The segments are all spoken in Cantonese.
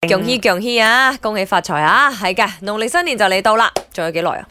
嗯恭喜恭喜啊！恭喜發財啊！係嘅，農曆新年就嚟到啦，仲有幾耐啊？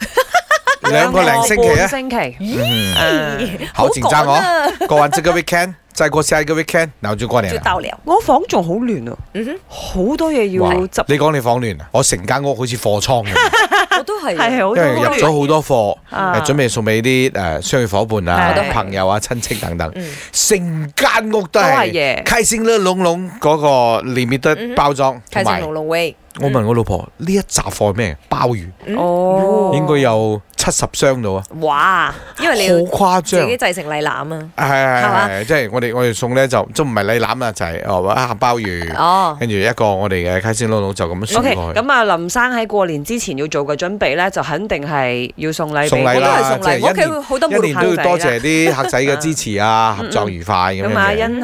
两个零星期啊，星期好好紧张趕啊哦！过完这个 weekend，再过下一个 weekend，然后就过年就啦。到了。我房仲好亂啊，嗯好多嘢哇要執，你講你房亂啊！我成間屋好似貨倉咁，哼，我都係啊。 係因好多為入嘢咗好多貨，啊誒準備送俾啲誒商業伙伴啊係、朋友啊、親戚等等嗯，成間屋都都係係嘢開心樂融融嗰個裏面嗯得哼包裝，開同埋心龍龍威，我問我老婆呢一扎貨係咩？鮑魚嗯哦應該有七十箱到啊，哇！因 為你要好誇自張己。製成禮籃啊。係係嘛係係，即係我哋我哋送咧就都唔係禮籃啦，就係哦啊鮑魚。哦，跟住一個我哋嘅溪鮮佬佬就咁樣送 O K，過去。咁啊，林生喺過年之前要做嘅準備咧，就肯定係要送禮送俾禮我都係啦，送即係禮，我屋一企年會好多一冇年都要多謝啲客仔嘅支持 啊，合嗯嗯作愉快咁樣咁啊，嘅。欣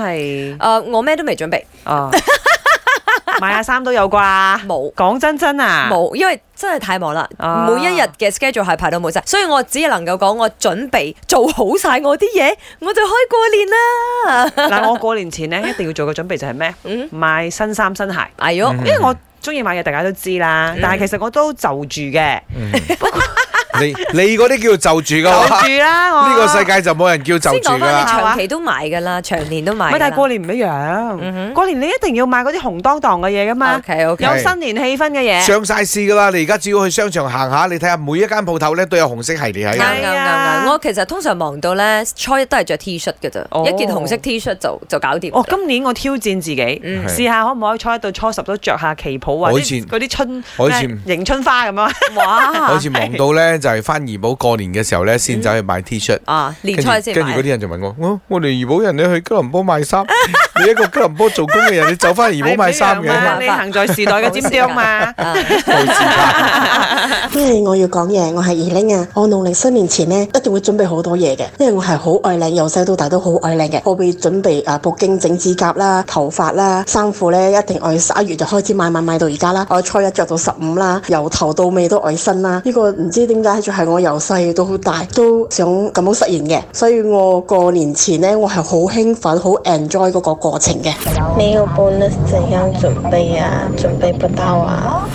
誒，係呃我咩都未準備， 啊，買下衫都有啩，冇講真真啊，冇，因為真係太忙啦，啊每一日嘅 schedule 係排到冇晒，所以我只能夠講我準備做好晒我啲嘢，我就開過年啦。嗯嗱，我過年前咧一定要做嘅準備就係咩？ 嗯，買新衫新鞋， 哎呦，嗯因為我中意買嘢，大家都知啦嗯，但係其實我都就住 嘅，嗯你你嗰啲叫就住就㗎住哦啦，我呢個世。界就冇人叫就先住講㗎翻你啦。長期都買㗎啦，長年都買㗎啦。咪但係過年唔一樣，嗯哼過年你一定要買嗰啲紅當當嘅嘢噶嘛 O K O K，有新年氣氛嘅嘢。上晒市㗎啦，你而家只要去商場行下，你睇下每一間鋪頭咧都有紅色系列喺啱度係。啊啱啱啱，我其實通常忙到咧，初一都係着 T 恤嘅咋，哦一件紅色 T 恤就就搞掂㗎啦。哦，今年我挑戰自己，嗯係試下可唔可以初一到初十都着下旗袍啊？我以啲前嗰啲春我以前咩迎春花咁啊！哇，好似忙到咧，就係翻怡寶過年嘅時候咧，先走去買 T 恤。 哦啊，跟年住初一跟住先嗰啲買。人就問我：我我哋怡寶人咧去吉隆坡買衫， 你一個吉隆坡做工嘅人，你走翻怡寶買衫 係唔一樣 嘅嘛，你行在時代嘅尖端嘛。啊冇時間。因為我要講嘢，我係二玲啊！我農曆新年前呢，一定會準備好多嘢嘅，因為我係好愛靚，由細到大都好愛靚嘅。我會準備啊，布經整指甲啦、頭髮啦、衫褲呢，一定愛十一月就開始買買買到而家啦。我初一着到十五啦，由頭到尾都愛新啦。呢、個唔知點解就係我由細到大都想咁樣實現嘅，所以我過年前呢，我係好興奮、好 enjoy 嗰個過程嘅。没有 bonus 怎样准备呀、准备不到啊。